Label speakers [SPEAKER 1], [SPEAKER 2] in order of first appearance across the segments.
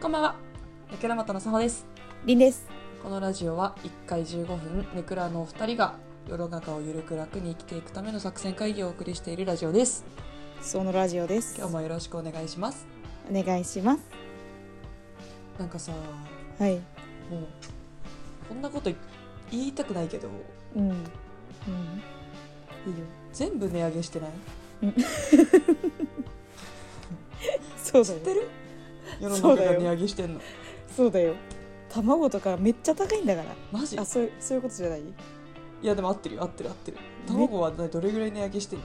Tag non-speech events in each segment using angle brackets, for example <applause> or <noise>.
[SPEAKER 1] こんばんは。ネクラマタのさほです。
[SPEAKER 2] りんです。
[SPEAKER 1] このラジオは1回15分、ネクラのお二人が世の中をゆるく楽に生きていくための作戦会議をお送りしているラジオです。
[SPEAKER 2] そのラジオです。
[SPEAKER 1] 今日もよろしくお願いします。
[SPEAKER 2] お願いします。
[SPEAKER 1] なんかさ、も
[SPEAKER 2] はい。
[SPEAKER 1] う、こんなこと言いたくないけど、
[SPEAKER 2] うん。う
[SPEAKER 1] い
[SPEAKER 2] ん。
[SPEAKER 1] いよ全部値上げしてない
[SPEAKER 2] そう
[SPEAKER 1] 知
[SPEAKER 2] だ
[SPEAKER 1] っ
[SPEAKER 2] よ。
[SPEAKER 1] てる世の
[SPEAKER 2] そ
[SPEAKER 1] 中
[SPEAKER 2] うだ
[SPEAKER 1] が
[SPEAKER 2] よ
[SPEAKER 1] 値上げしてんの。
[SPEAKER 2] そうだよ。卵とかめっちゃ高いんだから。
[SPEAKER 1] マジ
[SPEAKER 2] あ、そういうそういうことじゃない。
[SPEAKER 1] いやでも合ってるよ合ってる合ってる
[SPEAKER 2] め
[SPEAKER 1] 卵はねどれぐらい値上げしてんの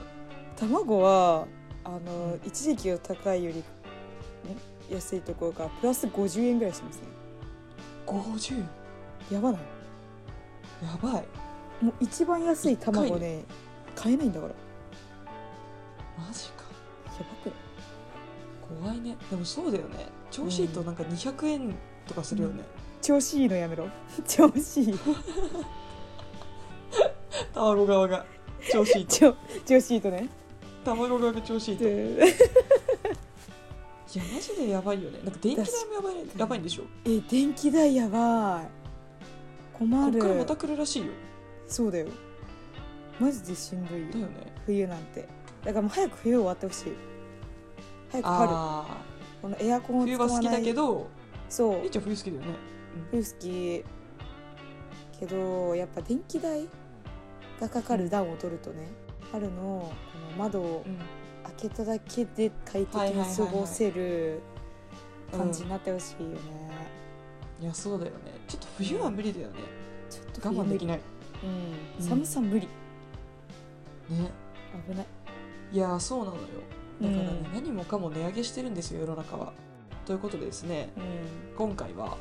[SPEAKER 2] 卵はあの一時期の高いより、ね、安いところがプラス50円ぐらいしますね。
[SPEAKER 1] 50
[SPEAKER 2] やばない。
[SPEAKER 1] やばい
[SPEAKER 2] もう一番安い卵ね買えないんだから。や
[SPEAKER 1] マジか
[SPEAKER 2] ばくない。
[SPEAKER 1] 怖いねでもそうだよね調子いいとなんか200円とかするよね、
[SPEAKER 2] 調子いいのやめろ。 <laughs> 調子いい。
[SPEAKER 1] 卵側が調子いい
[SPEAKER 2] <laughs>
[SPEAKER 1] と
[SPEAKER 2] 調調子いいとね。
[SPEAKER 1] 卵側が調子いいといや
[SPEAKER 2] で
[SPEAKER 1] マジでやばいよねなんか電気代もやばい
[SPEAKER 2] かに
[SPEAKER 1] やばいんでしょ
[SPEAKER 2] え、電気代やばい。
[SPEAKER 1] こ
[SPEAKER 2] 困
[SPEAKER 1] っ
[SPEAKER 2] る。
[SPEAKER 1] からまた来るらしいよ
[SPEAKER 2] そうだよマジでしんどい
[SPEAKER 1] だ
[SPEAKER 2] よ
[SPEAKER 1] よね
[SPEAKER 2] 冬なんてだからもう早く冬終わってほしい早く春
[SPEAKER 1] ああ
[SPEAKER 2] このエアコンを
[SPEAKER 1] 冬
[SPEAKER 2] 使
[SPEAKER 1] は好
[SPEAKER 2] わ
[SPEAKER 1] き
[SPEAKER 2] な
[SPEAKER 1] だけ
[SPEAKER 2] い
[SPEAKER 1] ど
[SPEAKER 2] そう
[SPEAKER 1] りっちゃん冬好きだよね
[SPEAKER 2] 冬好きけどやっぱ電気代がかかる暖を取るとね、春のこの窓を
[SPEAKER 1] うん
[SPEAKER 2] 開けただけで快適
[SPEAKER 1] はいはいは
[SPEAKER 2] に
[SPEAKER 1] いはい
[SPEAKER 2] 過ごせる感じ
[SPEAKER 1] う
[SPEAKER 2] になってほしいよね、
[SPEAKER 1] んいやそうだよねちょっと冬は無理だよね
[SPEAKER 2] ちょっと
[SPEAKER 1] 我慢でき
[SPEAKER 2] い、
[SPEAKER 1] ない
[SPEAKER 2] うん、
[SPEAKER 1] うん
[SPEAKER 2] 寒さ無理
[SPEAKER 1] ね
[SPEAKER 2] 危ない
[SPEAKER 1] いやーそうなのよだからね、
[SPEAKER 2] うん
[SPEAKER 1] 何もかも値上げしてるんですよ世の中は。ということでですね
[SPEAKER 2] うん
[SPEAKER 1] 今回は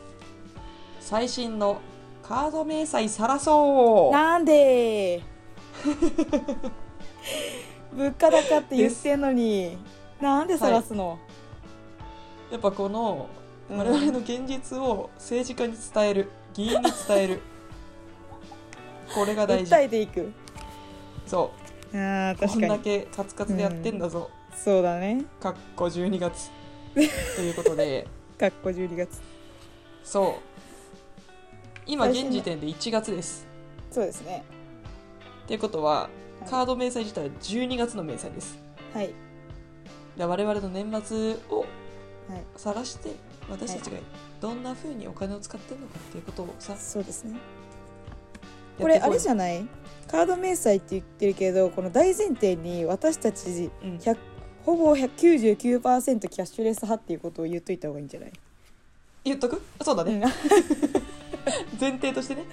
[SPEAKER 1] 最新のカード明細さらそう
[SPEAKER 2] なんで <laughs> 物価高って言ってんのになんで探すの、
[SPEAKER 1] やっぱこの
[SPEAKER 2] うん
[SPEAKER 1] 我々の現実を政治家に伝える議員に伝
[SPEAKER 2] <laughs>
[SPEAKER 1] えるこれが大事
[SPEAKER 2] 訴えていく
[SPEAKER 1] そ
[SPEAKER 2] あー
[SPEAKER 1] うこん
[SPEAKER 2] 確か
[SPEAKER 1] だ
[SPEAKER 2] に
[SPEAKER 1] けカツカツでやってんだぞ、
[SPEAKER 2] そうだね
[SPEAKER 1] かっこ12月ということ
[SPEAKER 2] <laughs>
[SPEAKER 1] で
[SPEAKER 2] かっこ12月
[SPEAKER 1] そう今
[SPEAKER 2] 最新
[SPEAKER 1] 現
[SPEAKER 2] の
[SPEAKER 1] 時点で1月です
[SPEAKER 2] そうですね
[SPEAKER 1] っていうことは
[SPEAKER 2] はい
[SPEAKER 1] カード明細自体は12月の明細です
[SPEAKER 2] はい
[SPEAKER 1] で我々の年末を
[SPEAKER 2] はい
[SPEAKER 1] 晒して私たちがどんな風にお金を使ってるのかっていうことをさ、
[SPEAKER 2] そうですねこ
[SPEAKER 1] や
[SPEAKER 2] れ
[SPEAKER 1] って
[SPEAKER 2] あ
[SPEAKER 1] い
[SPEAKER 2] れじ
[SPEAKER 1] ゃ
[SPEAKER 2] ゃないカード明細って言ってるけどこの大前提に私たち
[SPEAKER 1] うん
[SPEAKER 2] 100ほぼ199%キャッシュレス派っていうことを言っといた方がいいんじゃない、
[SPEAKER 1] 言っとくそうだね、
[SPEAKER 2] うん
[SPEAKER 1] 前提としてね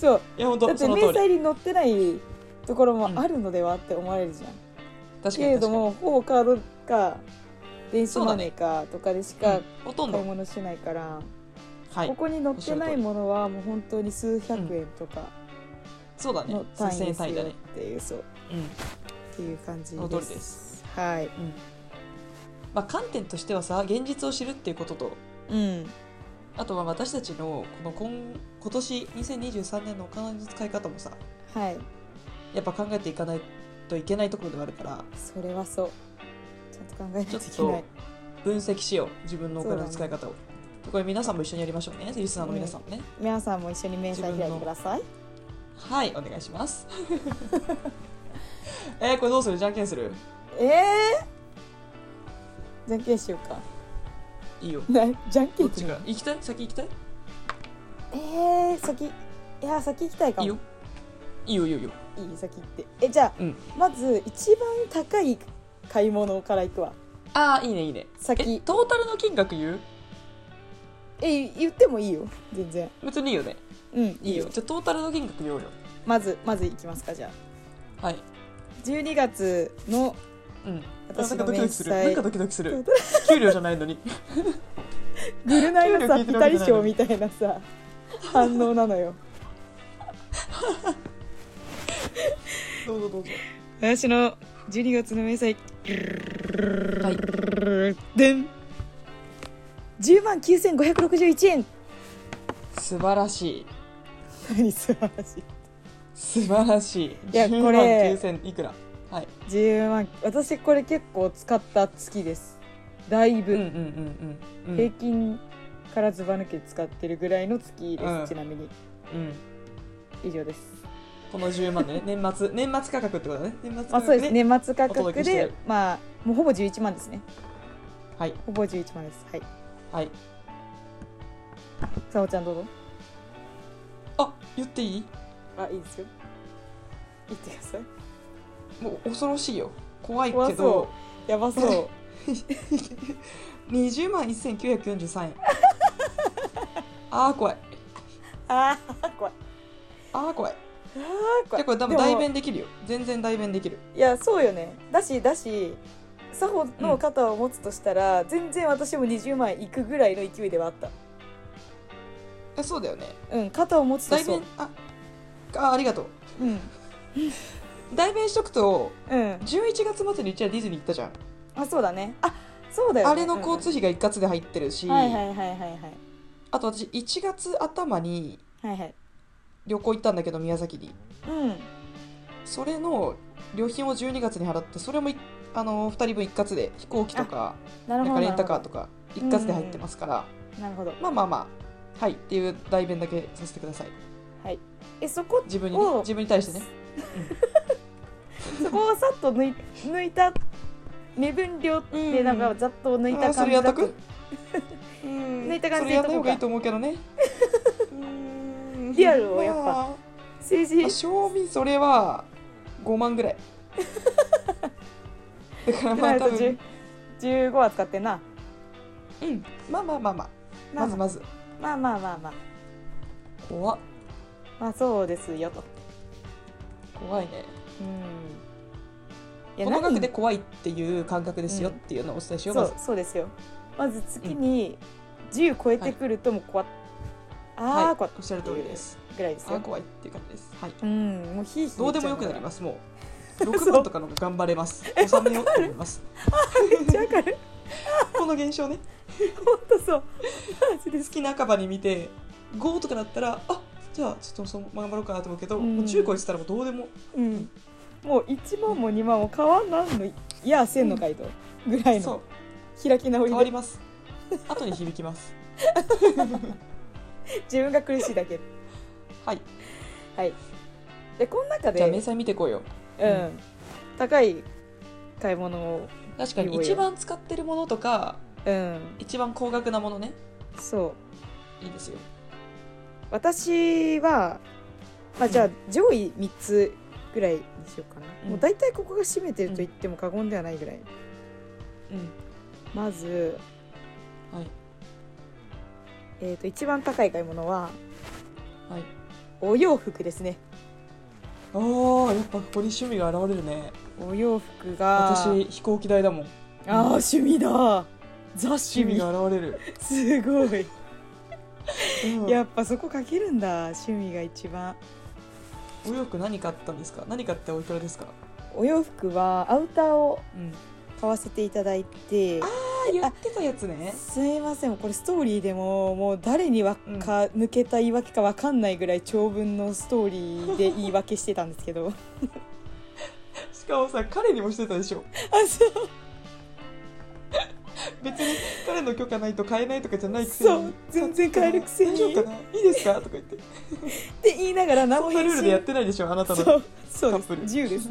[SPEAKER 2] そう
[SPEAKER 1] いや本
[SPEAKER 2] だっ
[SPEAKER 1] 当
[SPEAKER 2] て
[SPEAKER 1] その通
[SPEAKER 2] 明
[SPEAKER 1] り確か
[SPEAKER 2] 細に載ってないところもあるのではって思われるじゃん
[SPEAKER 1] に
[SPEAKER 2] けれどもほぼカードか電子
[SPEAKER 1] そうだ
[SPEAKER 2] マ
[SPEAKER 1] ね
[SPEAKER 2] ネーかとかでし
[SPEAKER 1] 確か
[SPEAKER 2] か
[SPEAKER 1] にうんほとん
[SPEAKER 2] 買い
[SPEAKER 1] ど
[SPEAKER 2] 物しないから、
[SPEAKER 1] は
[SPEAKER 2] こ
[SPEAKER 1] い
[SPEAKER 2] こに載ってないものはもう本当に数百円とか
[SPEAKER 1] そうだね
[SPEAKER 2] の単
[SPEAKER 1] 数
[SPEAKER 2] 位
[SPEAKER 1] 千円単位
[SPEAKER 2] ですよ
[SPEAKER 1] だね
[SPEAKER 2] っていうそう
[SPEAKER 1] うん
[SPEAKER 2] っていう感じ
[SPEAKER 1] その通
[SPEAKER 2] で
[SPEAKER 1] り
[SPEAKER 2] す
[SPEAKER 1] です
[SPEAKER 2] はい
[SPEAKER 1] うんまあ観点としてはさ現実を知るっていうことと
[SPEAKER 2] うん
[SPEAKER 1] あとは私たちのこの今今年2023年のお金の使い方もさ
[SPEAKER 2] はい
[SPEAKER 1] やっぱ考えていかないといけないところではあるから
[SPEAKER 2] それはそうちゃんと考えない
[SPEAKER 1] ち
[SPEAKER 2] と
[SPEAKER 1] ょ
[SPEAKER 2] い
[SPEAKER 1] っ
[SPEAKER 2] けな
[SPEAKER 1] と
[SPEAKER 2] い
[SPEAKER 1] 分析しよう自分のお金の
[SPEAKER 2] そう
[SPEAKER 1] 使
[SPEAKER 2] だ
[SPEAKER 1] い
[SPEAKER 2] ね
[SPEAKER 1] 方を、これ皆さんも一緒にやりましょうねリスナーの皆さんもね、
[SPEAKER 2] 皆さんも一緒に明細開いてください
[SPEAKER 1] はいお願いします
[SPEAKER 2] <laughs>
[SPEAKER 1] えー、これどうするじゃんけんする
[SPEAKER 2] えー、じゃんけんしようか <laughs>
[SPEAKER 1] いいよ
[SPEAKER 2] なじゃんけ
[SPEAKER 1] ど
[SPEAKER 2] ん
[SPEAKER 1] っ
[SPEAKER 2] って
[SPEAKER 1] ちが行きたい先行きたい
[SPEAKER 2] えー、先いや先行きたいか
[SPEAKER 1] いい
[SPEAKER 2] も
[SPEAKER 1] よいいよいいよいいよ
[SPEAKER 2] いい先行ってえじゃあ、
[SPEAKER 1] うん
[SPEAKER 2] まず一番高い買い物から行くわ
[SPEAKER 1] ああいいねいいね
[SPEAKER 2] 先
[SPEAKER 1] えトータルの金額言う
[SPEAKER 2] え言ってもいいよ全然
[SPEAKER 1] 別にいいよね
[SPEAKER 2] うん
[SPEAKER 1] いいよじゃあトータルの金額言おうよ
[SPEAKER 2] まずまず行きますかじゃあ
[SPEAKER 1] はい
[SPEAKER 2] 12月の
[SPEAKER 1] うん
[SPEAKER 2] 私
[SPEAKER 1] なんかド
[SPEAKER 2] の
[SPEAKER 1] キ
[SPEAKER 2] 明
[SPEAKER 1] ドキする
[SPEAKER 2] 細
[SPEAKER 1] なんかドキドキする給料じゃないの
[SPEAKER 2] <laughs>
[SPEAKER 1] に
[SPEAKER 2] ぐるナイの
[SPEAKER 1] 給料
[SPEAKER 2] さ
[SPEAKER 1] 聞いて
[SPEAKER 2] ピ
[SPEAKER 1] るわ
[SPEAKER 2] タ
[SPEAKER 1] けじゃ
[SPEAKER 2] リ
[SPEAKER 1] ない
[SPEAKER 2] 賞みたいなさ反応な
[SPEAKER 1] <laughs>
[SPEAKER 2] のよ
[SPEAKER 1] どうぞどうぞ
[SPEAKER 2] 私の12月の明細
[SPEAKER 1] はい
[SPEAKER 2] でん10万9561円
[SPEAKER 1] 素晴らしい
[SPEAKER 2] 何素晴らしい
[SPEAKER 1] 素晴らしい
[SPEAKER 2] いやこれ
[SPEAKER 1] 10万9000いくらはい
[SPEAKER 2] 10万私これ結構使った月ですだいぶ、
[SPEAKER 1] うんうんうんうんうん
[SPEAKER 2] 平均からずば抜け使ってるぐらいの月です、
[SPEAKER 1] うん
[SPEAKER 2] ちなみに
[SPEAKER 1] うん
[SPEAKER 2] 以上です
[SPEAKER 1] この10万でね年末年末価格ってことだね年末価
[SPEAKER 2] あ
[SPEAKER 1] 格
[SPEAKER 2] そうです、年末価
[SPEAKER 1] お届
[SPEAKER 2] 格
[SPEAKER 1] けして
[SPEAKER 2] で
[SPEAKER 1] る
[SPEAKER 2] まあもうほぼ11万ですね
[SPEAKER 1] はい
[SPEAKER 2] ほぼ11万ですはい
[SPEAKER 1] はい
[SPEAKER 2] さおちゃんどうぞ
[SPEAKER 1] あ言っていい
[SPEAKER 2] あいいですよ言ってください
[SPEAKER 1] もう恐ろしいよ怖い
[SPEAKER 2] 怖
[SPEAKER 1] けど
[SPEAKER 2] そやばそう
[SPEAKER 1] 20万1943円
[SPEAKER 2] <laughs>
[SPEAKER 1] あー怖い
[SPEAKER 2] <laughs> ああ怖い
[SPEAKER 1] あー怖い
[SPEAKER 2] あー怖
[SPEAKER 1] で
[SPEAKER 2] い
[SPEAKER 1] これ多分
[SPEAKER 2] でも
[SPEAKER 1] 代弁できるよ全然代弁できる
[SPEAKER 2] いやそうよねだしだし作法の肩を持つとしたら、全然私も20万いくぐらいの勢いではあった
[SPEAKER 1] えそうだよね
[SPEAKER 2] うん肩を持つと
[SPEAKER 1] 代
[SPEAKER 2] そう
[SPEAKER 1] 弁ああありがとう
[SPEAKER 2] うん
[SPEAKER 1] 代弁しとくと
[SPEAKER 2] うん
[SPEAKER 1] 11月末にうちはディズニー行ったじゃん、
[SPEAKER 2] あそうだねあそうだよ、ね、
[SPEAKER 1] あれの交通費が一括で入ってるし、
[SPEAKER 2] うんはいはいはいはいはい
[SPEAKER 1] あと私1月頭に
[SPEAKER 2] はいはい
[SPEAKER 1] 旅行行ったんだけど宮崎に
[SPEAKER 2] うん
[SPEAKER 1] それの旅費を12月に払ってそれもいあの2人分一括で飛行機とか
[SPEAKER 2] な
[SPEAKER 1] なん
[SPEAKER 2] るほ
[SPEAKER 1] か
[SPEAKER 2] ど
[SPEAKER 1] レン
[SPEAKER 2] なる
[SPEAKER 1] タ
[SPEAKER 2] ほ
[SPEAKER 1] カー
[SPEAKER 2] ど
[SPEAKER 1] とか一括で入ってますから、
[SPEAKER 2] なるほど
[SPEAKER 1] まあまあまあはいっていう代弁だけさせてください
[SPEAKER 2] はいえそこ
[SPEAKER 1] 自分にね
[SPEAKER 2] お
[SPEAKER 1] 自分に対してね
[SPEAKER 2] そこをさっと抜い <laughs> 抜いた目分量でなんかざっと抜い
[SPEAKER 1] あー
[SPEAKER 2] た
[SPEAKER 1] そ
[SPEAKER 2] 感
[SPEAKER 1] れ
[SPEAKER 2] じ
[SPEAKER 1] やっ
[SPEAKER 2] だ
[SPEAKER 1] と
[SPEAKER 2] と、
[SPEAKER 1] くうん
[SPEAKER 2] 抜いた感
[SPEAKER 1] そ
[SPEAKER 2] じ
[SPEAKER 1] れ
[SPEAKER 2] で
[SPEAKER 1] や
[SPEAKER 2] い
[SPEAKER 1] っ方
[SPEAKER 2] ったとこうか
[SPEAKER 1] がいいと思うけどね
[SPEAKER 2] <laughs> リアルをやっぱ
[SPEAKER 1] ぱ
[SPEAKER 2] 政治
[SPEAKER 1] 賞味それは5万ぐらい <laughs> だからまあ多分、
[SPEAKER 2] 15は使ってんな
[SPEAKER 1] うん、まあまあまあまあ
[SPEAKER 2] まあ
[SPEAKER 1] まずまず
[SPEAKER 2] まあまあまあまあ
[SPEAKER 1] 怖っ
[SPEAKER 2] まあそうですよと
[SPEAKER 1] 怖いね
[SPEAKER 2] うんい
[SPEAKER 1] この額
[SPEAKER 2] 何
[SPEAKER 1] で怖いっていう感覚ですよっていうのをお伝えしよう、
[SPEAKER 2] そ
[SPEAKER 1] まず
[SPEAKER 2] うそうですよまず月に10超えてくるともう怖っ、ああ、
[SPEAKER 1] はい
[SPEAKER 2] こわっ
[SPEAKER 1] おっしゃる通りです
[SPEAKER 2] ぐらいです
[SPEAKER 1] あ
[SPEAKER 2] よ
[SPEAKER 1] 怖いっていう感じですはい
[SPEAKER 2] うんもうひいひい
[SPEAKER 1] どうでもよくなり
[SPEAKER 2] す
[SPEAKER 1] ますもう <laughs> 6万とかの方が頑張れます収めようと思います
[SPEAKER 2] <laughs> めっちゃわかる
[SPEAKER 1] この現 <laughs> 象ね
[SPEAKER 2] ほんとそうマジで
[SPEAKER 1] 好きな赤羽に見て5とかだったらあじゃあちょっとその頑張ろうかなと思うけど、
[SPEAKER 2] うん
[SPEAKER 1] もう10個言ってたらもうどうでも
[SPEAKER 2] うんもう1万も2万も変わんなんのいやせんのかいとぐらい
[SPEAKER 1] そう
[SPEAKER 2] の開き直り
[SPEAKER 1] 変わ
[SPEAKER 2] で
[SPEAKER 1] り <laughs> ます後に響きます
[SPEAKER 2] 自分が苦しいだ <laughs> け
[SPEAKER 1] はい
[SPEAKER 2] はいでこの中
[SPEAKER 1] じゃあ
[SPEAKER 2] で
[SPEAKER 1] 明細見てこうよ
[SPEAKER 2] うん、高い買い物を
[SPEAKER 1] 確かに
[SPEAKER 2] いいよ
[SPEAKER 1] 一番使ってるものとか
[SPEAKER 2] うん
[SPEAKER 1] 一番高額なものね
[SPEAKER 2] そう
[SPEAKER 1] いいですよ
[SPEAKER 2] 私は、まあ、じゃあ上位3つぐらいにしようかな、
[SPEAKER 1] うん
[SPEAKER 2] もう大体ここが占めてると言っても過言ではないぐらい、
[SPEAKER 1] うん
[SPEAKER 2] まず、
[SPEAKER 1] はい
[SPEAKER 2] えー、と一番高い買い物は
[SPEAKER 1] はい
[SPEAKER 2] お洋服ですね
[SPEAKER 1] ああやっぱここに趣味が現れるね
[SPEAKER 2] お洋服が
[SPEAKER 1] 私飛行機代だもん
[SPEAKER 2] あー趣味だザ趣
[SPEAKER 1] 趣味
[SPEAKER 2] 味
[SPEAKER 1] が現れる、
[SPEAKER 2] すごい
[SPEAKER 1] <laughs> うん
[SPEAKER 2] やっぱそこかけるんだ趣味が一番
[SPEAKER 1] お洋服何買ったんですか何買っておいくらですか
[SPEAKER 2] お洋服はアウターを
[SPEAKER 1] うん
[SPEAKER 2] 買わせていただいて
[SPEAKER 1] あ言ってたやつね
[SPEAKER 2] すいませんこれストーリーでももう誰にわか、抜けた言い訳かわかんないぐらい長文のストーリーで言い訳してたんですけ <laughs> ど
[SPEAKER 1] しかもさ彼にもしてたでしょ
[SPEAKER 2] あそう
[SPEAKER 1] 別に彼の許可ないと買えないとかじゃないくせに
[SPEAKER 2] そう全然買えるくせに
[SPEAKER 1] 大丈夫かないいですかとか言って
[SPEAKER 2] って言いながら何
[SPEAKER 1] そ
[SPEAKER 2] も
[SPEAKER 1] んな
[SPEAKER 2] 返
[SPEAKER 1] ルールでやっ
[SPEAKER 2] 信
[SPEAKER 1] てないでしょあなたの
[SPEAKER 2] そうそう
[SPEAKER 1] カップル
[SPEAKER 2] です自由です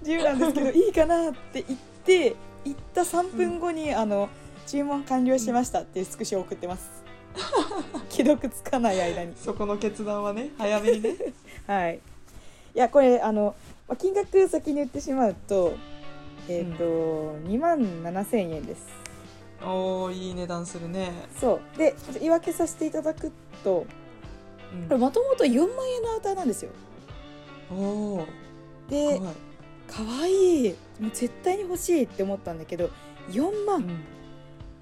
[SPEAKER 2] 自由なんですけどいいかなって言って行った3分後に、あの注文完了しましたっていうスクショを送っ
[SPEAKER 1] <laughs>
[SPEAKER 2] てます、既読つかない間に
[SPEAKER 1] そこの決断はね早めに
[SPEAKER 2] <laughs>
[SPEAKER 1] ね
[SPEAKER 2] はい、いやこれあのまあ金額先に言ってしまうと,、えーと2万7000円です
[SPEAKER 1] おおいい値段するね、
[SPEAKER 2] そうで言い訳させていただくとこれもともと4万円のアウターなんですよ
[SPEAKER 1] うん、おお
[SPEAKER 2] で
[SPEAKER 1] 怖い、
[SPEAKER 2] かわいいもう絶対に欲しいって思ったんだけど4
[SPEAKER 1] う
[SPEAKER 2] 万
[SPEAKER 1] ん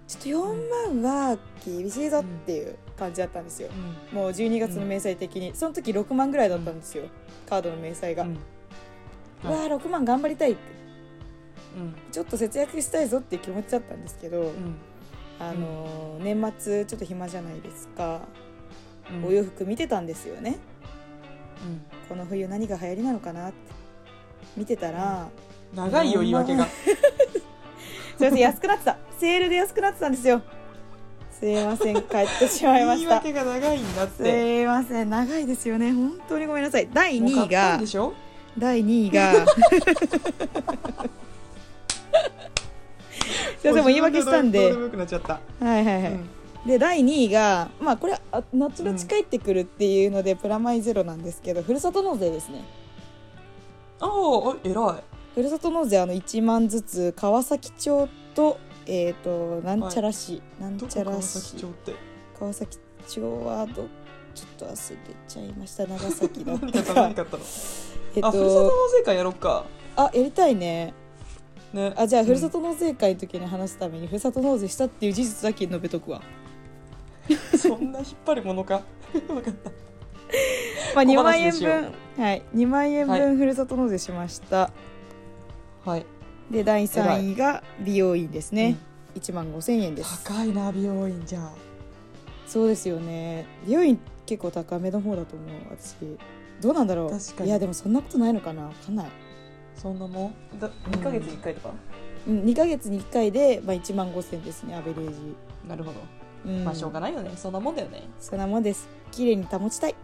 [SPEAKER 2] ちょっと4万は厳しいぞっていう感じだったんですよもう12月の明細的にその時6万ぐらいだったんですよカードの明細
[SPEAKER 1] う
[SPEAKER 2] が、
[SPEAKER 1] ん
[SPEAKER 2] うわー6万頑張りたいって
[SPEAKER 1] うん
[SPEAKER 2] ちょっと節約したいぞっていう気持ちだったんですけど、
[SPEAKER 1] うん
[SPEAKER 2] あのー年末ちょっと暇じゃないですか、
[SPEAKER 1] うん
[SPEAKER 2] お洋服見てたんですよね
[SPEAKER 1] うん
[SPEAKER 2] この冬何が流行りなのかなって見てたら、
[SPEAKER 1] 長いよ言い訳が
[SPEAKER 2] すいません安くなってたセールで安くなってたんですよすいません帰ってしまい
[SPEAKER 1] <laughs>
[SPEAKER 2] ま
[SPEAKER 1] 言
[SPEAKER 2] し
[SPEAKER 1] い
[SPEAKER 2] た
[SPEAKER 1] 訳が長いんだっ
[SPEAKER 2] す
[SPEAKER 1] て
[SPEAKER 2] いません長いですよね本当にごめんなさい第
[SPEAKER 1] もう
[SPEAKER 2] 2
[SPEAKER 1] 買
[SPEAKER 2] 位
[SPEAKER 1] った
[SPEAKER 2] が
[SPEAKER 1] んでしょ
[SPEAKER 2] 第2位が
[SPEAKER 1] <laughs>
[SPEAKER 2] すいませんもう言い訳したん
[SPEAKER 1] もう
[SPEAKER 2] で
[SPEAKER 1] 自分がどうでもよくなっちゃった、
[SPEAKER 2] はいはいはい、
[SPEAKER 1] うん
[SPEAKER 2] で第2位がまあこれあ後々帰ってくるっていうので、プラマイゼロなんですけどふるさと納税ですね
[SPEAKER 1] ああ偉い
[SPEAKER 2] ふるさと納税あの1万ずつ川崎町とえっ、となんちゃら市、なん
[SPEAKER 1] ど
[SPEAKER 2] ちゃ
[SPEAKER 1] こ
[SPEAKER 2] ら
[SPEAKER 1] 川
[SPEAKER 2] 市
[SPEAKER 1] 崎町って
[SPEAKER 2] 川崎町はどちょっと忘れちゃいました長
[SPEAKER 1] <laughs>
[SPEAKER 2] 崎だっ
[SPEAKER 1] 何買
[SPEAKER 2] た
[SPEAKER 1] ったの
[SPEAKER 2] か
[SPEAKER 1] 何買ったの、
[SPEAKER 2] <laughs> えっ
[SPEAKER 1] あふるさと納
[SPEAKER 2] と
[SPEAKER 1] 税会やろっか
[SPEAKER 2] あやりたいね
[SPEAKER 1] ね
[SPEAKER 2] あじゃあ
[SPEAKER 1] うん
[SPEAKER 2] ふるさと納税会の時に話すために、ふるさと納税したっていう事実だけ述べとくわ
[SPEAKER 1] そんな引っ張るものか分かった
[SPEAKER 2] <laughs> まあ
[SPEAKER 1] 小
[SPEAKER 2] 2万
[SPEAKER 1] 話
[SPEAKER 2] 円
[SPEAKER 1] にしよう
[SPEAKER 2] 分はい2万円
[SPEAKER 1] は
[SPEAKER 2] 分ふるさと納税しました、
[SPEAKER 1] はい、
[SPEAKER 2] で第3位が美容院です
[SPEAKER 1] う
[SPEAKER 2] ね
[SPEAKER 1] ん、
[SPEAKER 2] 1万5千円です
[SPEAKER 1] 高いな美容院じゃあ
[SPEAKER 2] そうですよね美容院結構高めの方だと思う私どうなんだろう
[SPEAKER 1] 確かに
[SPEAKER 2] いやでもそんなことないのかなわかんない、
[SPEAKER 1] そんなもんだ2ヶ月に1回とか、
[SPEAKER 2] うん、2ヶ月に1回で、まあ、1万5千ですねアベレージ、
[SPEAKER 1] なるほど
[SPEAKER 2] うん、
[SPEAKER 1] まあしょうがないよねそんなもんだよね
[SPEAKER 2] そんなもんです綺麗に保ちたい、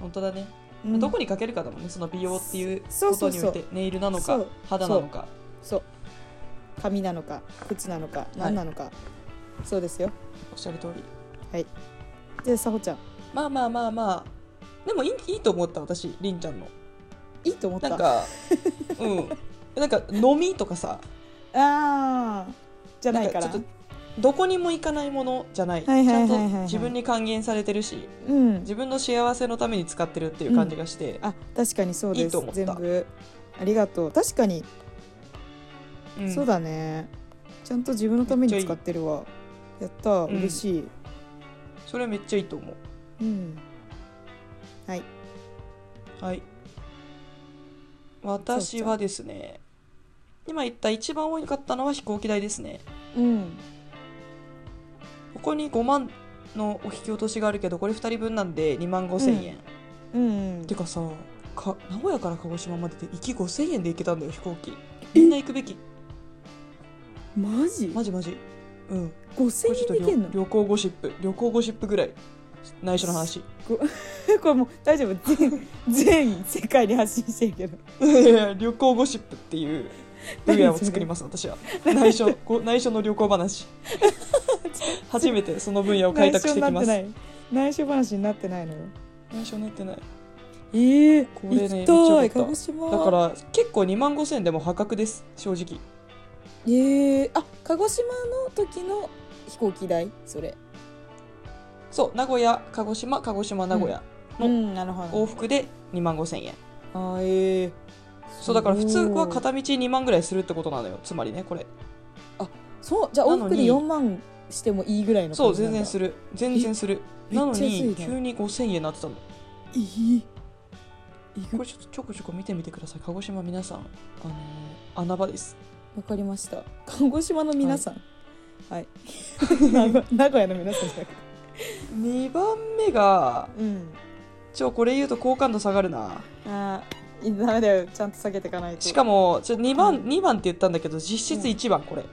[SPEAKER 1] 本当だね、
[SPEAKER 2] うん
[SPEAKER 1] どこにかけるかだもんねその美容っていうこ
[SPEAKER 2] そうそ
[SPEAKER 1] と
[SPEAKER 2] う
[SPEAKER 1] に
[SPEAKER 2] そ
[SPEAKER 1] お
[SPEAKER 2] う
[SPEAKER 1] いてネイルなの
[SPEAKER 2] そ
[SPEAKER 1] か
[SPEAKER 2] う
[SPEAKER 1] 肌なのか
[SPEAKER 2] そう髪なのか靴なのか何なのか、そうですよ
[SPEAKER 1] おっしゃる通り
[SPEAKER 2] じゃあさほちゃん
[SPEAKER 1] まあまあまあまあでもいいいいと思った私りんちゃんの
[SPEAKER 2] いいと思った
[SPEAKER 1] なん
[SPEAKER 2] あ
[SPEAKER 1] かうんなんか飲みとかさ
[SPEAKER 2] あーじゃないから
[SPEAKER 1] んちょっとどこにも行かないものじゃないち
[SPEAKER 2] はいは
[SPEAKER 1] ゃ
[SPEAKER 2] いはい
[SPEAKER 1] ん
[SPEAKER 2] は
[SPEAKER 1] と
[SPEAKER 2] いはい
[SPEAKER 1] 自分に還元されてるし
[SPEAKER 2] うん
[SPEAKER 1] 自分の幸せのために使ってるっていう感じがして、
[SPEAKER 2] あ確かにそうです
[SPEAKER 1] いいと思った
[SPEAKER 2] 全部ありがとう確かに、
[SPEAKER 1] ん
[SPEAKER 2] そうだねちゃんと自分のため
[SPEAKER 1] めっ
[SPEAKER 2] に
[SPEAKER 1] ちゃいい
[SPEAKER 2] 使ってるわやった、
[SPEAKER 1] うん
[SPEAKER 2] 嬉しい
[SPEAKER 1] それめっちゃいいと思
[SPEAKER 2] うん
[SPEAKER 1] うはい私はですね今言った一番多かったのは飛行機代ですね
[SPEAKER 2] うん
[SPEAKER 1] ここに5万のお引き落としがあるけどこれ2人分なんで2万5千円、
[SPEAKER 2] うん
[SPEAKER 1] てかさか名古屋から鹿児島までで行き5千円で行けたんだよ飛行機みんな行くべき
[SPEAKER 2] マジ
[SPEAKER 1] マジマジうん
[SPEAKER 2] 5000
[SPEAKER 1] これちょっと
[SPEAKER 2] 円でいけんの
[SPEAKER 1] 旅旅行ゴシップ旅行ゴシップぐらい内緒の
[SPEAKER 2] <laughs>
[SPEAKER 1] 話
[SPEAKER 2] これもう大丈夫全全世界に発信してるけど
[SPEAKER 1] いやいや旅行ゴシップっていう分野を作ります私は内緒ご内緒の旅行
[SPEAKER 2] <laughs>
[SPEAKER 1] 話初めてその分野を開拓してきます
[SPEAKER 2] 内緒になってない内緒話になってないのよ
[SPEAKER 1] 内緒になってない
[SPEAKER 2] ええ
[SPEAKER 1] これね
[SPEAKER 2] 行きた
[SPEAKER 1] め
[SPEAKER 2] い
[SPEAKER 1] っちゃ
[SPEAKER 2] 鹿
[SPEAKER 1] 良か
[SPEAKER 2] 児
[SPEAKER 1] っ
[SPEAKER 2] 島
[SPEAKER 1] だから結構2万5千円でも破格です正直
[SPEAKER 2] ええあ鹿児島の時の飛行機代それ
[SPEAKER 1] そう名古屋鹿児島鹿児島名古屋、うん
[SPEAKER 2] なるほ
[SPEAKER 1] 往復で2万5千円
[SPEAKER 2] あーええ
[SPEAKER 1] そうだから普通は片道2万ぐらいするってことなのよつまりねこれ
[SPEAKER 2] そうじゃあ往
[SPEAKER 1] な
[SPEAKER 2] 復
[SPEAKER 1] の
[SPEAKER 2] で
[SPEAKER 1] に
[SPEAKER 2] 4万してもいいぐらいの
[SPEAKER 1] そう全然す
[SPEAKER 2] る
[SPEAKER 1] る全然する
[SPEAKER 2] え
[SPEAKER 1] なの
[SPEAKER 2] めっちゃ安い
[SPEAKER 1] に
[SPEAKER 2] ね
[SPEAKER 1] 急に5000円になってたの
[SPEAKER 2] いいいい
[SPEAKER 1] これちょっとちょこちょこ見てみてください鹿児島皆さんあのー穴場です
[SPEAKER 2] わかりました鹿児島の皆さんはい、名古 <laughs> 名古屋の皆さんじゃなくて
[SPEAKER 1] 2番目が
[SPEAKER 2] うん
[SPEAKER 1] ちょこれ言うと好感度下がるな
[SPEAKER 2] ああダメだよちゃんと下げていかないと
[SPEAKER 1] しかもちょ2
[SPEAKER 2] う
[SPEAKER 1] 番
[SPEAKER 2] ん
[SPEAKER 1] 二番って言ったんだけど実質1番これ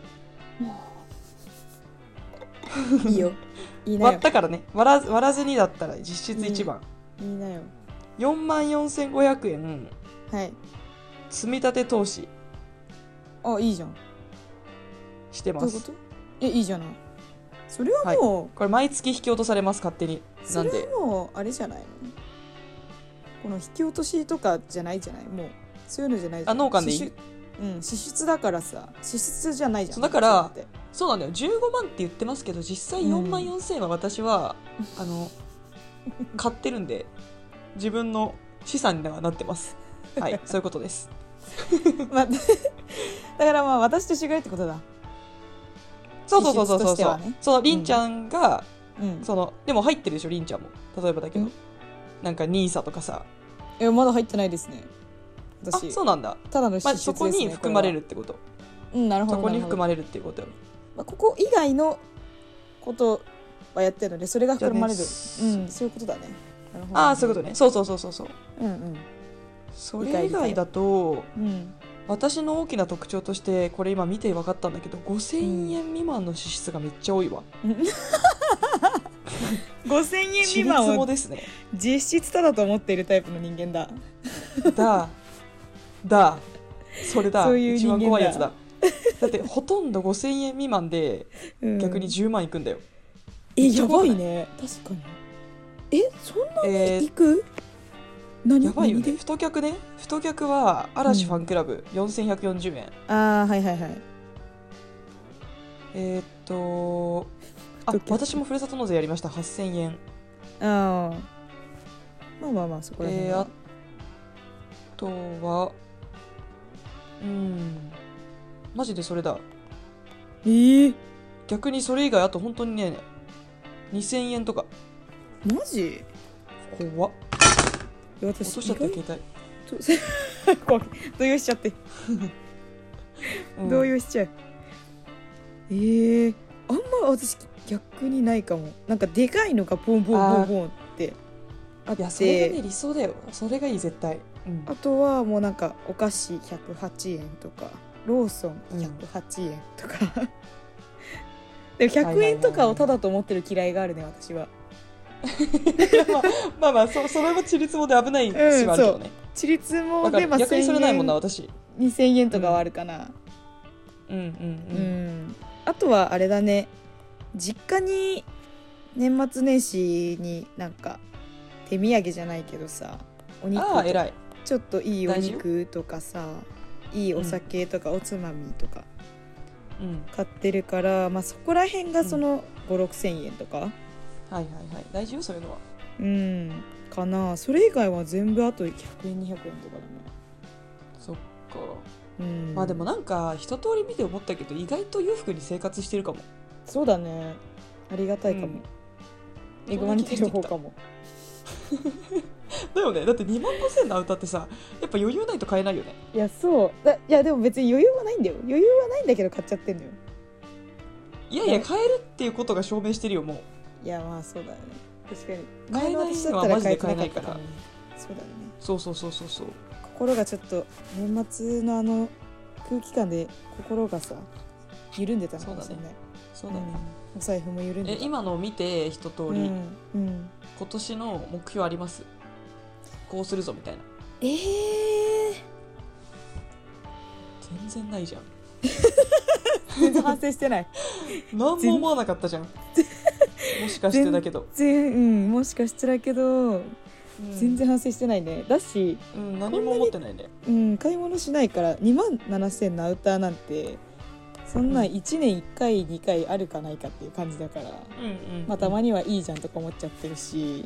[SPEAKER 2] いいよいいな
[SPEAKER 1] 割っ
[SPEAKER 2] よ
[SPEAKER 1] たからね割らず割らずにだったら実質1番
[SPEAKER 2] いいなよ
[SPEAKER 1] 4万4500円
[SPEAKER 2] はい
[SPEAKER 1] 積み立て投資
[SPEAKER 2] あいいじゃん
[SPEAKER 1] してま
[SPEAKER 2] どういうこ
[SPEAKER 1] す
[SPEAKER 2] とえいいじゃないそれはもう、
[SPEAKER 1] これ毎月引き落とされます勝手にな
[SPEAKER 2] そ
[SPEAKER 1] ん
[SPEAKER 2] れ
[SPEAKER 1] で
[SPEAKER 2] はもうあれじゃないのこの引き落としとかじゃないじゃないもうそういうのじゃないじゃん
[SPEAKER 1] あ農家でいい
[SPEAKER 2] 支出うん支出だからさ支出じゃないじゃん
[SPEAKER 1] そうだから
[SPEAKER 2] それって
[SPEAKER 1] そうなんだよ15万って言ってますけど実際
[SPEAKER 2] うん
[SPEAKER 1] 4万4000円は私 <laughs> は、あの買ってるんで自分の資産にはなってます <laughs> はいそういうことです
[SPEAKER 2] まあ <laughs> だからまあ私と一緒ぐらいってことだ
[SPEAKER 1] そうそうそうそう
[SPEAKER 2] 支出
[SPEAKER 1] そ
[SPEAKER 2] と
[SPEAKER 1] う
[SPEAKER 2] して
[SPEAKER 1] そ
[SPEAKER 2] は
[SPEAKER 1] う、
[SPEAKER 2] ね
[SPEAKER 1] そのりんちゃんが、
[SPEAKER 2] うん
[SPEAKER 1] そのでも入ってるでしょりんちゃんも例えばだけど、
[SPEAKER 2] うん
[SPEAKER 1] なんか NISA とかさ
[SPEAKER 2] いやまだ入ってないですね
[SPEAKER 1] あ
[SPEAKER 2] 私
[SPEAKER 1] そうなんだ、
[SPEAKER 2] ただの支
[SPEAKER 1] まあ、
[SPEAKER 2] 出です
[SPEAKER 1] そ
[SPEAKER 2] ね
[SPEAKER 1] こに含まれるってこと
[SPEAKER 2] これはうんなるほど
[SPEAKER 1] そこに含
[SPEAKER 2] なる
[SPEAKER 1] まれるっていうことよ
[SPEAKER 2] ほどまあここ以外のことはやってるのでそれが含まれる、
[SPEAKER 1] じゃ
[SPEAKER 2] う
[SPEAKER 1] あね
[SPEAKER 2] んそういうことだねなるほど
[SPEAKER 1] ああそういうことねそうそうそうそうそう
[SPEAKER 2] うん
[SPEAKER 1] それ以外だと
[SPEAKER 2] うんうん
[SPEAKER 1] 私の大きな特徴としてこれ今見て分かったんだけど5000円未満の支出がめっちゃ多いわ
[SPEAKER 2] 5000円
[SPEAKER 1] 私
[SPEAKER 2] 未
[SPEAKER 1] 立
[SPEAKER 2] 満
[SPEAKER 1] も
[SPEAKER 2] を
[SPEAKER 1] ですね
[SPEAKER 2] 実質ただと思っているタイプの人間だ
[SPEAKER 1] だだそれだ
[SPEAKER 2] そういう
[SPEAKER 1] 一
[SPEAKER 2] 人間だ
[SPEAKER 1] 番怖いやつだだってほとんど5000円未満で
[SPEAKER 2] うん
[SPEAKER 1] 逆に10万いくんだよ、
[SPEAKER 2] え
[SPEAKER 1] っちゃ
[SPEAKER 2] やば
[SPEAKER 1] 怖い
[SPEAKER 2] いね確かにえそんな
[SPEAKER 1] えー
[SPEAKER 2] に行く、何
[SPEAKER 1] やばいよね
[SPEAKER 2] 何で
[SPEAKER 1] 太客ね太客は嵐ファンクラブ4140円、
[SPEAKER 2] ああはいはいはい
[SPEAKER 1] えーっとあ
[SPEAKER 2] 太客
[SPEAKER 1] 私もふるさと納税やりました8000円
[SPEAKER 2] ああまあまあまあそこら辺
[SPEAKER 1] えー、
[SPEAKER 2] は
[SPEAKER 1] あとはうんマジでそれだ
[SPEAKER 2] えー、
[SPEAKER 1] 逆にそれ以外あと本当にね2000円とか
[SPEAKER 2] マジい
[SPEAKER 1] 怖っ
[SPEAKER 2] や
[SPEAKER 1] 落
[SPEAKER 2] 私
[SPEAKER 1] としちゃったよ携
[SPEAKER 2] 意外と <laughs> 怖い動揺しちゃって
[SPEAKER 1] 帯、うん
[SPEAKER 2] 動揺しちゃう、えー、あんま私逆にないかもなんかでかいのがボンボンボンボンってあっ
[SPEAKER 1] い
[SPEAKER 2] て
[SPEAKER 1] やそれがね理想だよそれがいい絶対、うん
[SPEAKER 2] あとはもうなんかお菓子108円とかローソン108円とか、 <laughs> でも100円とかをただと思ってる嫌いがあるね私は
[SPEAKER 1] まあまあそそれもちりつもで危ないしはあるけどね、
[SPEAKER 2] 私立も
[SPEAKER 1] わか
[SPEAKER 2] で
[SPEAKER 1] る
[SPEAKER 2] まあ
[SPEAKER 1] 逆にそれないもんな
[SPEAKER 2] 1000
[SPEAKER 1] 私
[SPEAKER 2] 円2000円とかはあるかな
[SPEAKER 1] うんう
[SPEAKER 2] うん、
[SPEAKER 1] ん
[SPEAKER 2] あとはあれだね実家に年末年始になんか手土産じゃないけどさお
[SPEAKER 1] うん
[SPEAKER 2] 肉
[SPEAKER 1] ああ
[SPEAKER 2] とか
[SPEAKER 1] 偉い
[SPEAKER 2] ちょっといいお
[SPEAKER 1] 大事よ
[SPEAKER 2] 肉とかさいいお酒とかおつまみとか
[SPEAKER 1] うん
[SPEAKER 2] 買ってるから、まあ、そこら辺がその5 6千円とか、
[SPEAKER 1] はいはいはい大事よそういうのは
[SPEAKER 2] うん、かなそれ以外は全部あと100円200円とか
[SPEAKER 1] そっか
[SPEAKER 2] だね、うん、
[SPEAKER 1] まあでもなんか一通り見て思ったけど意外と裕福に生活してるかも
[SPEAKER 2] そうだねありがたいか
[SPEAKER 1] う
[SPEAKER 2] も
[SPEAKER 1] ん、
[SPEAKER 2] えぐまにてる方かも
[SPEAKER 1] だよねだって2万5000のアウターってさやっぱ余裕ないと買えないよね
[SPEAKER 2] いやそうだいやでも別に余裕はないんだよ余裕はないんだけど買っちゃってんのよ
[SPEAKER 1] いやいや
[SPEAKER 2] ね
[SPEAKER 1] 買えるっていうことが証明してるよもう
[SPEAKER 2] いやまあそうだよね確かに
[SPEAKER 1] 買えない
[SPEAKER 2] 前の私
[SPEAKER 1] の
[SPEAKER 2] だっ
[SPEAKER 1] は
[SPEAKER 2] た
[SPEAKER 1] マ
[SPEAKER 2] ら
[SPEAKER 1] ジで
[SPEAKER 2] 買えて
[SPEAKER 1] 買
[SPEAKER 2] な
[SPEAKER 1] えな
[SPEAKER 2] かっ
[SPEAKER 1] い
[SPEAKER 2] た
[SPEAKER 1] か
[SPEAKER 2] からもそうだよね
[SPEAKER 1] そうそうそうそうそう
[SPEAKER 2] 心がちょっと年末のあの空気感で心がさ緩んでたのかもしれない、
[SPEAKER 1] そうだね、
[SPEAKER 2] うんお財布も緩んで
[SPEAKER 1] え
[SPEAKER 2] た
[SPEAKER 1] 今のを見て一通り、
[SPEAKER 2] うんうん、
[SPEAKER 1] 今年の目標ありますこうするぞみたいな
[SPEAKER 2] ええ
[SPEAKER 1] 全然ないじゃん
[SPEAKER 2] 全然反省してない
[SPEAKER 1] 何も思わなかったじゃんもしかしてだけど、
[SPEAKER 2] 全うんもしかしてだけど、
[SPEAKER 1] うん
[SPEAKER 2] 全然反省してないねだし、
[SPEAKER 1] うん、何も思ってないね
[SPEAKER 2] うん、買い物しないから2万7000のアウターなんてそんなん
[SPEAKER 1] うん
[SPEAKER 2] 1年1回2回あるかないかっていう感じだから、
[SPEAKER 1] うんうん
[SPEAKER 2] まあたまにはいいじゃんとか思っちゃってるし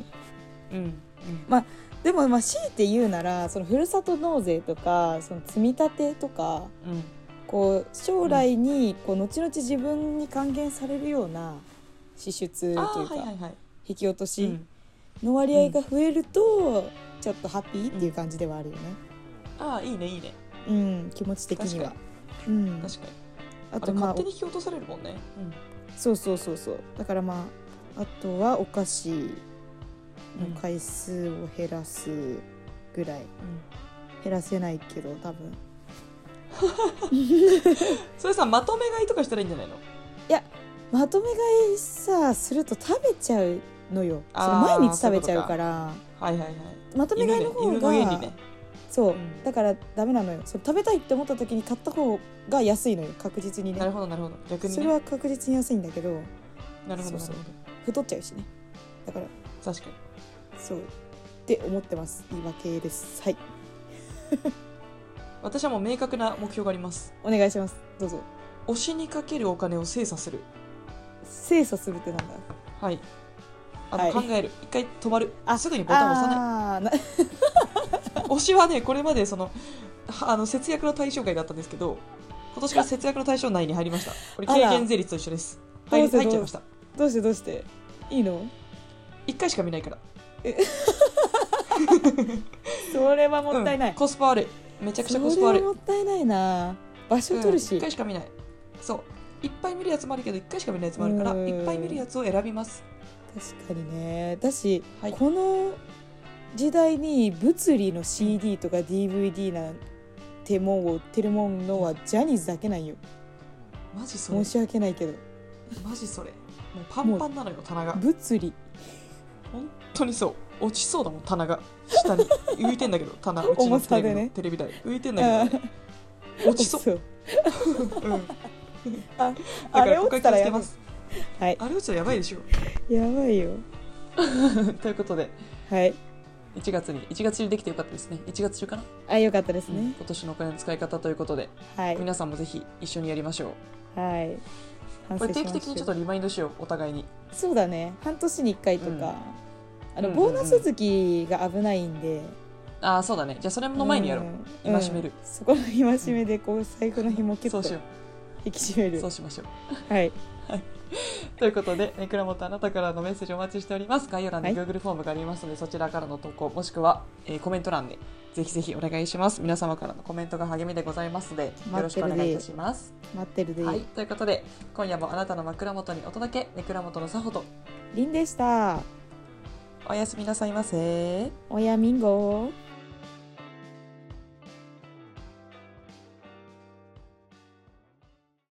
[SPEAKER 1] うんうん
[SPEAKER 2] でもまあ強いて言うならそのふるさと納税とかその積み立てとか
[SPEAKER 1] うん
[SPEAKER 2] こう将来にこう後々自分に還元されるような支出と
[SPEAKER 1] あ
[SPEAKER 2] いう
[SPEAKER 1] ー
[SPEAKER 2] か、
[SPEAKER 1] はいはいはい、
[SPEAKER 2] 引き落と
[SPEAKER 1] う
[SPEAKER 2] し
[SPEAKER 1] ん
[SPEAKER 2] の割合が増えると、ちょっとハッピーっていう感じではあるよね、
[SPEAKER 1] ああいいねいいね
[SPEAKER 2] うん気持ち的には。うん、
[SPEAKER 1] 確かに
[SPEAKER 2] あ
[SPEAKER 1] あれ
[SPEAKER 2] とまあ
[SPEAKER 1] 勝手に引き落とされるもんね、
[SPEAKER 2] そうそうそうそうだからまああとはお菓子の回数を減らすぐらい、減らせないけど多分
[SPEAKER 1] それさまとめ買いとかしたらいいんじゃないの
[SPEAKER 2] まとめ買いさすると食べちゃうのよそれ
[SPEAKER 1] あー
[SPEAKER 2] 毎日食べちゃうから
[SPEAKER 1] はいはいはい
[SPEAKER 2] まとめ買いの方
[SPEAKER 1] 犬ね、犬
[SPEAKER 2] が、
[SPEAKER 1] の家にね
[SPEAKER 2] そう、
[SPEAKER 1] うん
[SPEAKER 2] だからダメなのよそれ食べたいって思った時に買った方が安いのよ確実にね
[SPEAKER 1] なるほどなるほど逆に
[SPEAKER 2] そ
[SPEAKER 1] ね
[SPEAKER 2] れは確実に安いんだけど
[SPEAKER 1] なるほどな
[SPEAKER 2] そ
[SPEAKER 1] る
[SPEAKER 2] う
[SPEAKER 1] ほ
[SPEAKER 2] 太っちゃうしねだから
[SPEAKER 1] ど確かに
[SPEAKER 2] そうって思ってます言い訳ですはい
[SPEAKER 1] 私はもう明確な目標があります
[SPEAKER 2] お願いしますどうぞ
[SPEAKER 1] 推しにかけるお金を精査する
[SPEAKER 2] 精査するってなんだ
[SPEAKER 1] はいあの、
[SPEAKER 2] はい
[SPEAKER 1] 考える一回止まる
[SPEAKER 2] あ
[SPEAKER 1] すぐにボタンを押さない
[SPEAKER 2] あーな
[SPEAKER 1] 推しはねこれまでそのはあの節約の対象外だったんですけど今年から節約の対象内に入りましたこれ
[SPEAKER 2] あ
[SPEAKER 1] 軽
[SPEAKER 2] ら
[SPEAKER 1] 減税率と一緒です
[SPEAKER 2] どう
[SPEAKER 1] 入り
[SPEAKER 2] ぞ
[SPEAKER 1] 入っちゃいました
[SPEAKER 2] どうしてどうしていいの
[SPEAKER 1] 一回しか見ないから
[SPEAKER 2] それはもったいな
[SPEAKER 1] うん
[SPEAKER 2] い、
[SPEAKER 1] コスパ悪いめちゃくちゃコス
[SPEAKER 2] そ
[SPEAKER 1] パ悪
[SPEAKER 2] れ
[SPEAKER 1] い
[SPEAKER 2] はもったいないな場所取るし、
[SPEAKER 1] うん一回しか見ないそういっぱい見るやつもあるけど一回しか見ないやつもあるから
[SPEAKER 2] うん
[SPEAKER 1] いっぱい見るやつを選びます
[SPEAKER 2] 確かにねだし、
[SPEAKER 1] はい
[SPEAKER 2] この時代に物理の CD とか DVD なんてもんを売ってるものはジャニーズだけなんよ
[SPEAKER 1] マジそれ
[SPEAKER 2] 申し訳ないけど
[SPEAKER 1] マジそれもうパンパンなのよ棚が
[SPEAKER 2] 物理
[SPEAKER 1] 本当にそう落ちそうだもん棚が下に浮いてん
[SPEAKER 2] <laughs>
[SPEAKER 1] だけど棚うちの
[SPEAKER 2] 重
[SPEAKER 1] テ
[SPEAKER 2] さ
[SPEAKER 1] レ
[SPEAKER 2] で
[SPEAKER 1] ビの
[SPEAKER 2] ね
[SPEAKER 1] テレビ台浮いてんだけど、
[SPEAKER 2] あ
[SPEAKER 1] ね、
[SPEAKER 2] <laughs>
[SPEAKER 1] 落ちそう
[SPEAKER 2] そう
[SPEAKER 1] うんだ
[SPEAKER 2] あ
[SPEAKER 1] か
[SPEAKER 2] れ
[SPEAKER 1] ら
[SPEAKER 2] 落
[SPEAKER 1] ここ
[SPEAKER 2] ちた
[SPEAKER 1] から気をつけ
[SPEAKER 2] らや
[SPEAKER 1] ま
[SPEAKER 2] ばい
[SPEAKER 1] す
[SPEAKER 2] はい
[SPEAKER 1] あれ落ちたらやばいでしょ <laughs>
[SPEAKER 2] やばいよ
[SPEAKER 1] ということで
[SPEAKER 2] はい
[SPEAKER 1] 1月に1月中できてよかったですね1月中かな、
[SPEAKER 2] あよかったですね
[SPEAKER 1] 今年のお金の使い方ということで、
[SPEAKER 2] はい
[SPEAKER 1] 皆さんもぜひ一緒にやりましょう
[SPEAKER 2] はい反
[SPEAKER 1] こ
[SPEAKER 2] 省
[SPEAKER 1] れ
[SPEAKER 2] し
[SPEAKER 1] 定期
[SPEAKER 2] ましょう
[SPEAKER 1] 的にちょっとリマインドしようお互いに
[SPEAKER 2] そうだね半年に1回とか、
[SPEAKER 1] うん
[SPEAKER 2] あの
[SPEAKER 1] うんうんうん
[SPEAKER 2] ボーナス月が危ないんで、
[SPEAKER 1] ああそうだねじゃあそれの前にやろう、
[SPEAKER 2] ん
[SPEAKER 1] 戒める
[SPEAKER 2] うんそこの戒めでこう財布の紐キュ
[SPEAKER 1] そ
[SPEAKER 2] ッ
[SPEAKER 1] うし
[SPEAKER 2] と
[SPEAKER 1] よ
[SPEAKER 2] 引き締め
[SPEAKER 1] う
[SPEAKER 2] る
[SPEAKER 1] そうしましょう
[SPEAKER 2] はい
[SPEAKER 1] ということで、えー倉本あなたからのメッセージお待ちしております。概要欄に
[SPEAKER 2] は
[SPEAKER 1] Google フォームがありますので、そちらからの投稿、もしくは、えーコメント欄でぜひぜひお願いします。皆様からのコメントが励みでございますので、よろしくお願いいたします。
[SPEAKER 2] 待ってるで、
[SPEAKER 1] はい、ということで、今夜もあなたの枕元にお届け、ねくらもとのさほと、
[SPEAKER 2] りんでした
[SPEAKER 1] おやすみなさいませ
[SPEAKER 2] おやみんご